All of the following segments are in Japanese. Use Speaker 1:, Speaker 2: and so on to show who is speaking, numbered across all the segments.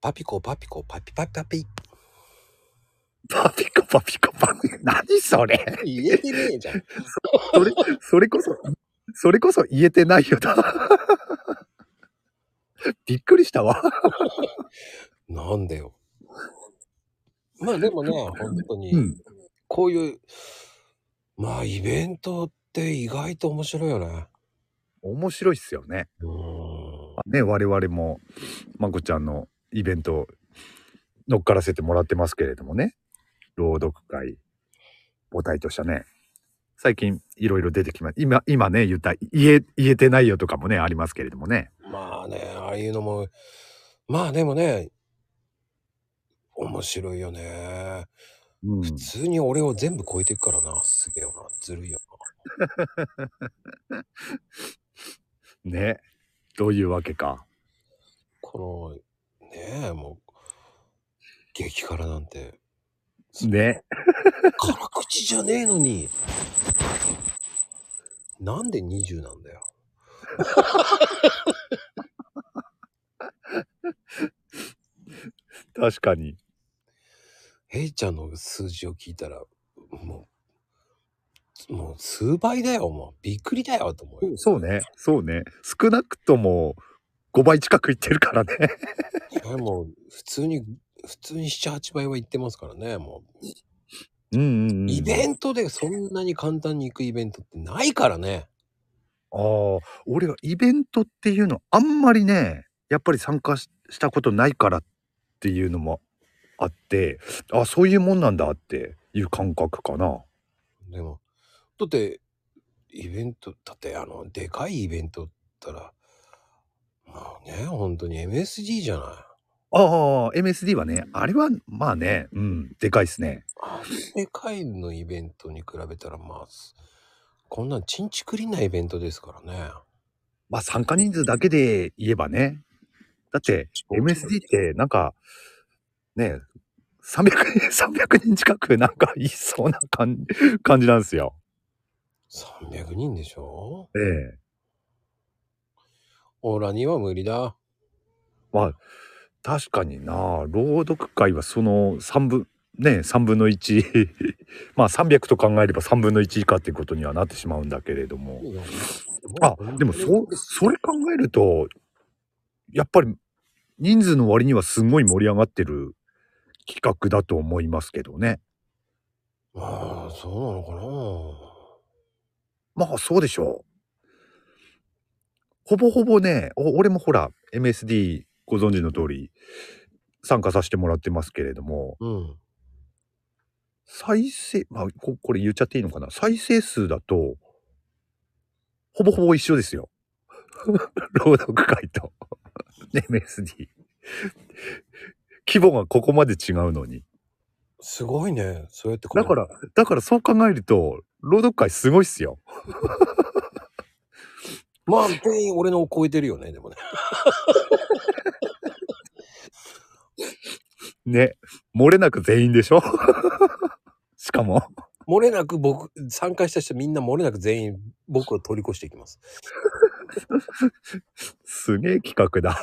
Speaker 1: パピコ、パピコ、パピパピパピ。
Speaker 2: パピコパピコパピ。 何それ
Speaker 1: 言えてねえじゃん。
Speaker 2: それ、それこそ、それこそ言えてない よな。びっくりしたわ。
Speaker 1: なんだよ。まあで もね、本当に、
Speaker 2: うん。
Speaker 1: こういう、まあイベントって意外と面白いよね。
Speaker 2: 面白いっすよね。
Speaker 1: うーん。
Speaker 2: ね、我々も、まこちゃんのイベント、乗っからせてもらってますけれどもね。朗読会、母体としたね。最近、いろいろ出てきます。今、今ね、言った、言え、言えてないよとかもね、ありますけれどもね。
Speaker 1: まあね、ああいうのも、まあでもね、面白いよね。
Speaker 2: うん。
Speaker 1: 普通に俺を全部超えていくからな。すげえよな。ずるいよ
Speaker 2: 笑ねどういうわけか
Speaker 1: な。この、ねえ、もう、激辛なんて、
Speaker 2: ね
Speaker 1: 辛口じゃねえのに、なんで20なんだよ。
Speaker 2: 確かに
Speaker 1: ヘイちゃんの数字を聞いたら、もう、もう数倍だよ、もう。びっくりだよ、と思うよ。
Speaker 2: そうねそうね少なくとも5倍近くいってるからね
Speaker 1: いやもう、普通に、普通に7、8倍は行ってますからね、もう。
Speaker 2: うんうん、うん、
Speaker 1: イベントでそんなに簡単に行くイベントってないからね。
Speaker 2: ああ俺はイベントっていうのあんまりねやっぱり参加ししたことないからっていうのもあってあそういうもんなんだっていう感覚かな
Speaker 1: でも、だって、イベント、だって、あの、でかいイベントったら、まあね、本当に MSG じゃない。
Speaker 2: ああ MSD はねあれはまあねうんでかいっすね
Speaker 1: あ世界のイベントに比べたらまあすこんなんちんちくりんなイベントですからね
Speaker 2: まあ参加人数だけで言えばね。だって
Speaker 1: そう
Speaker 2: MSD ってなんかね、300人、300人 近くなんかいそうな感じ感じなんですよ。
Speaker 1: 300人でしょ
Speaker 2: ええ
Speaker 1: オーラには無理だ
Speaker 2: まあ確かにな、朗読会はその3分、ね、3分の1。ま あ300と考えれば3分の1以下ってことにはなってしまうんだけれども。あ、でもそ、それ考えると、やっぱり人数の割にはすごい盛り上がってる企画だと思いますけどね。
Speaker 1: まあそうなの
Speaker 2: まあそうでしょう。ほぼほぼね、お俺もほら、MSD ご存知の通り参加させてもらってますけれども、
Speaker 1: かなうん
Speaker 2: 再生、まあここれ言っちゃっていいのかな。再生数だと、ほぼほぼ一緒ですよ。 朗読会と MSD。規模がここまで違うのに。
Speaker 1: すごいねそうやって
Speaker 2: だから、だからそう考えると、朗読会すごいっすよ。
Speaker 1: まあ全員俺のを超えてるよねでもね
Speaker 2: ね。漏れなく全員でしょ しかも。
Speaker 1: 漏れなく僕参加した人みんな漏れなく全員僕を取り越していきます
Speaker 2: すげえ企画だ。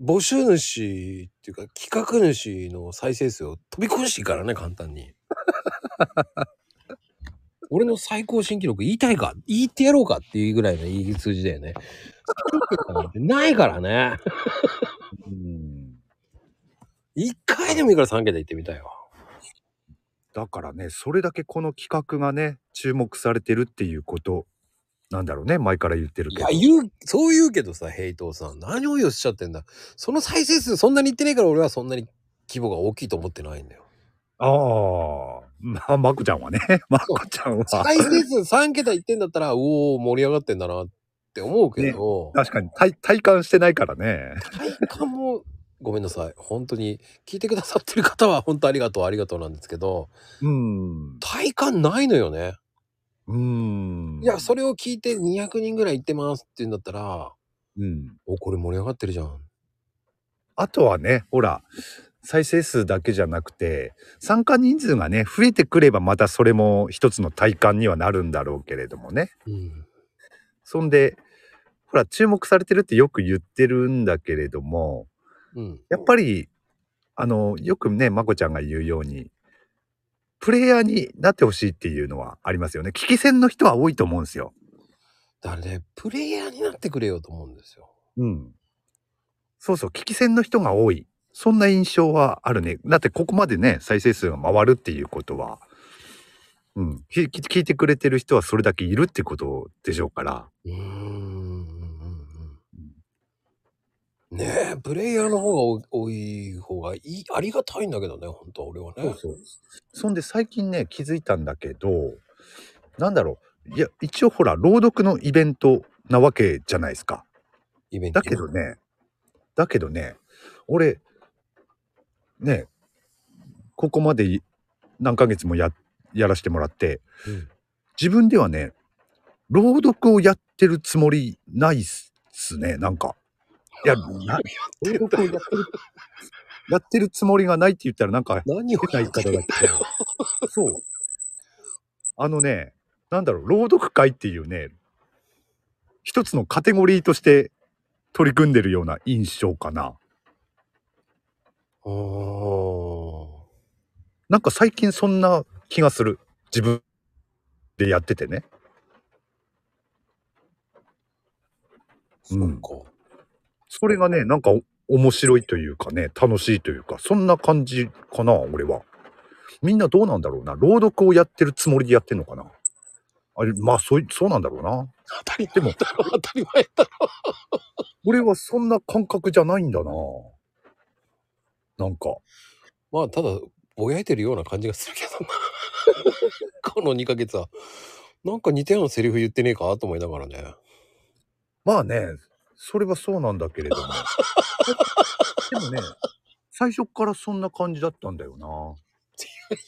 Speaker 1: 募集主っていうか企画主の再生数を飛び越していくからね簡単 に俺の最高新記録言いたいか言ってやろうかっていうぐらいの言い数字だよ ねないからね一回でもいいから3桁行ってみたいよ
Speaker 2: だからね、それだけこの企画がね、注目されてるっていうことなんだろうね。前から言ってる
Speaker 1: い
Speaker 2: けど
Speaker 1: や。言うそう言うけどさヘイトーさん何をよしちゃってんだその再生数そんなにいってないから俺はそんなに規模が大きいと思ってないんだよ
Speaker 2: ああ。まあ、まこちゃんはね。 まこちゃんは。
Speaker 1: 再生数3桁いってんだったらおお盛り上がってんだなって思うけど、
Speaker 2: 確かに体体感してないからね。
Speaker 1: 体感もごめんなさい本当に聞いてくださってる方は本当ありがとうありがとうなんですけど
Speaker 2: うん。う
Speaker 1: 体感ないのよね、
Speaker 2: ん。
Speaker 1: いやそれを聞いて200人ぐらい行ってますって言うんだったら
Speaker 2: うん。
Speaker 1: おこれ盛り上がってるじゃん
Speaker 2: あとはね、ほら、再生数だけじゃなくて、参加人数がね、増えてくればまたそれも一つの体感にはなるんだろうけれどもね。
Speaker 1: うん
Speaker 2: そんで、ほら、注目されてるってよく言ってるんだけれども、
Speaker 1: うん。
Speaker 2: やっぱり、あの、よくね、まこちゃんが言うように、プレイヤーになってほしいっていうのはありますよね。危機戦の人は多いと思うんですよ。
Speaker 1: だからね、プレイヤーになってくれよと思うんですよ。
Speaker 2: うん。そうそう、危機戦の人が多い。そんな印象はあるね。だってここまでね、再生数が回るっていうことは、うん。ひ聞聞いてくれてる人はそれだけいるってことでしょうから。
Speaker 1: うーんうんうんうんねえ、プレイヤーの方が多多い方がいい、ありがたいんだけどね、本当は俺はね。
Speaker 2: そう。そんで最近ね、気づいたんだけど、なんだろう。いや、一応ほら、朗読のイベントなわけじゃないですか。
Speaker 1: イベント
Speaker 2: だけど。ね、だけどね、俺、ね、ここまでい何ヶ月もや、やらせてもらって、
Speaker 1: うん
Speaker 2: 自分ではね、朗読をやってるつもりないっすね、なんか。いや、な
Speaker 1: てん
Speaker 2: 朗読をやってる、やってるつもりがないって言ったらなんか
Speaker 1: 何をや
Speaker 2: 変な言い
Speaker 1: って
Speaker 2: 方
Speaker 1: ん
Speaker 2: だ
Speaker 1: だ
Speaker 2: け
Speaker 1: よ。
Speaker 2: ど、そう。あのね、なんだろう、朗読会っていうね、一つのカテゴリーとして取り組んでるような印象かな。
Speaker 1: お
Speaker 2: なんか最近そんな気がする。自分でやっててね。
Speaker 1: ー。
Speaker 2: うん
Speaker 1: そうか。
Speaker 2: それがね、なんかお面白いというかね、楽しいというか、そんな感じかな、俺は。みんなどうなんだろうな。朗読をやってるつもりでやってんのかな。あれ、まあ、そうい、そうなんだろうな。
Speaker 1: 当たり前だろ、当たり前だろ。
Speaker 2: 俺はそんな感覚じゃないんだな。なんか。
Speaker 1: まあ、ただ、ぼやいてるような感じがするけどな。 この2ヶ月は。なんか似たようなセリフ言ってねえかと思いながらね。
Speaker 2: まあね、それはそうなんだけれども。 でもね、最初からそんな感じだったんだよな。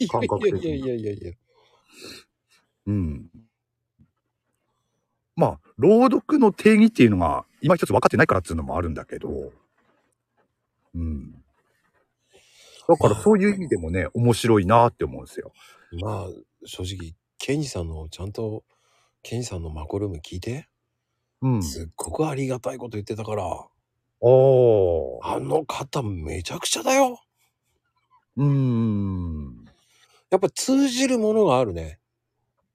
Speaker 1: い
Speaker 2: 感覚的
Speaker 1: やい
Speaker 2: に
Speaker 1: やいやいやいや。
Speaker 2: うん。まあ、朗読の定義っていうのが、今一つ分かってないからっていうのもあるんだけど、うん。だからそういう意味でもね、面白いなって思うんですよ。
Speaker 1: まあ、正直、ケンジさんの、ちゃんと、ケンジさんのマコルーム聞いて、
Speaker 2: うん。
Speaker 1: すっごくありがたいこと言ってたから、
Speaker 2: ああ。
Speaker 1: あの方めちゃくちゃだよ。
Speaker 2: うーん。
Speaker 1: やっぱ通じるものがあるね。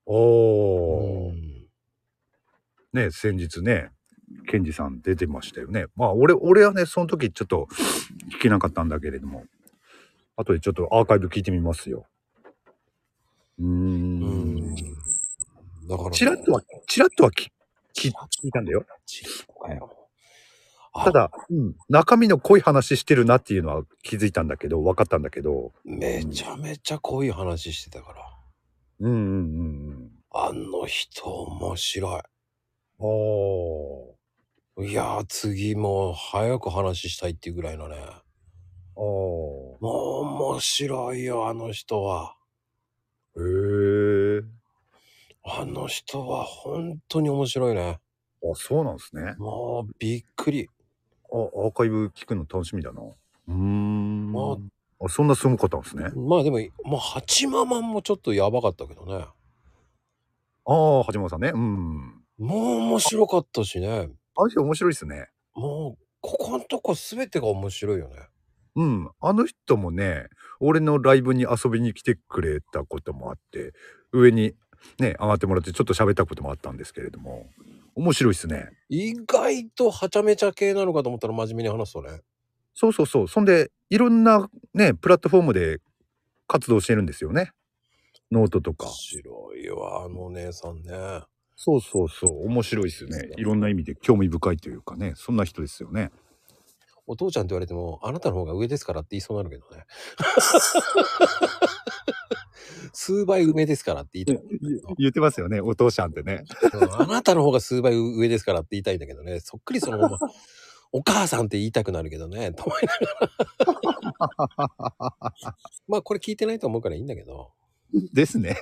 Speaker 2: お
Speaker 1: う
Speaker 2: お。
Speaker 1: ん。
Speaker 2: ね、先日ね、ケンジさん出てましたよね。まあ、俺、俺はね、その時ちょっと聞けなかったんだけれども、後でちょっとアーカイブ聞いてみますよ。うー
Speaker 1: うん
Speaker 2: ん。
Speaker 1: だから、
Speaker 2: チラッとは、チラッとはきき聞いたんだよ。
Speaker 1: チラッとかよ。
Speaker 2: た
Speaker 1: ただ、
Speaker 2: だ、うん、中身の濃い話してるなっていうのは気づいたんだけど、分かったんだけど。
Speaker 1: めちゃめちゃ濃い話してたから。
Speaker 2: うんうんうん
Speaker 1: あの人面白
Speaker 2: うん。お
Speaker 1: い。いやー、次もう早く話したいっていうぐらいのね。
Speaker 2: ー。お
Speaker 1: もう面白いよ、あの人は。
Speaker 2: ー。へえ。
Speaker 1: あの人は本当に面白いね。
Speaker 2: あ、そうなんですね。
Speaker 1: もうびっくり。
Speaker 2: あ、アーカイブ聞くの楽しみだな。うーん。
Speaker 1: ま
Speaker 2: あ、そんなすごかったんですね。
Speaker 1: まあでも、まあ、八ママもちょっとやばかったけどね。
Speaker 2: ああ、はじまさんね。うん。
Speaker 1: もう面白かったしね。
Speaker 2: あの人面白いですね。
Speaker 1: もう、ここのとこ全てが面白いよね。
Speaker 2: うん。あの人もね、俺のライブに遊びに来てくれたこともあって、上にね、上がってもらってちょっと喋ったこともあったんですけれども、面白いですね。
Speaker 1: 意外とはちゃめちゃ系なのかと思ったら真面目に話すとね。
Speaker 2: そうそうそう。そんで、いろんなね、プラットフォームで活動してるんですよね。ノートとか
Speaker 1: 面。白いわ、あのお姉さんね。
Speaker 2: そうそうそう。面白いですよね。いろんな意味で興味深いというかね、そんな人ですよね。
Speaker 1: お父ちゃんって言われても、あなたの方が上ですからって言いそうになるけどね。数倍上ですからって言いたい。
Speaker 2: 言ってますよね、お父さんってね。
Speaker 1: うんあなたの方が数倍上ですからって言いたいんだけどね、そっくりそのまま、お母さんって言いたくなるけどね、と思いながら。まあこれ聞いてないと思うからいいんだけど、
Speaker 2: ですね。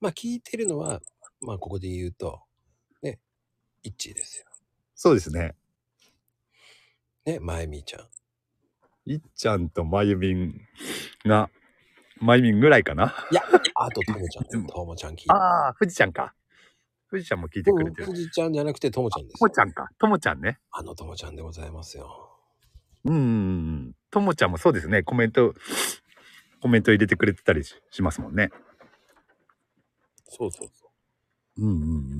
Speaker 1: まあ聞いてるのは、まあここで言うと、ね、イッチーですよ。
Speaker 2: そうですね。
Speaker 1: ね、まゆみーちゃん。
Speaker 2: いっちゃんとまゆみんが、まゆみんぐらいかな。
Speaker 1: いや、あとともち ゃん。ともちゃん聞いて。
Speaker 2: ああ、富士ちゃんか。富士ちゃんも聞いてくれて
Speaker 1: うん
Speaker 2: る。
Speaker 1: 藤ちゃんじゃなくてともちゃんです
Speaker 2: と
Speaker 1: よ
Speaker 2: も。ちゃんか。ともちゃんね。
Speaker 1: あのともちゃんでございますよ。
Speaker 2: うんうんうん。ともちゃんもそうですね。コメント、コメント入れてくれてたりししますもんね。
Speaker 1: そうそうそう。
Speaker 2: うんうんうん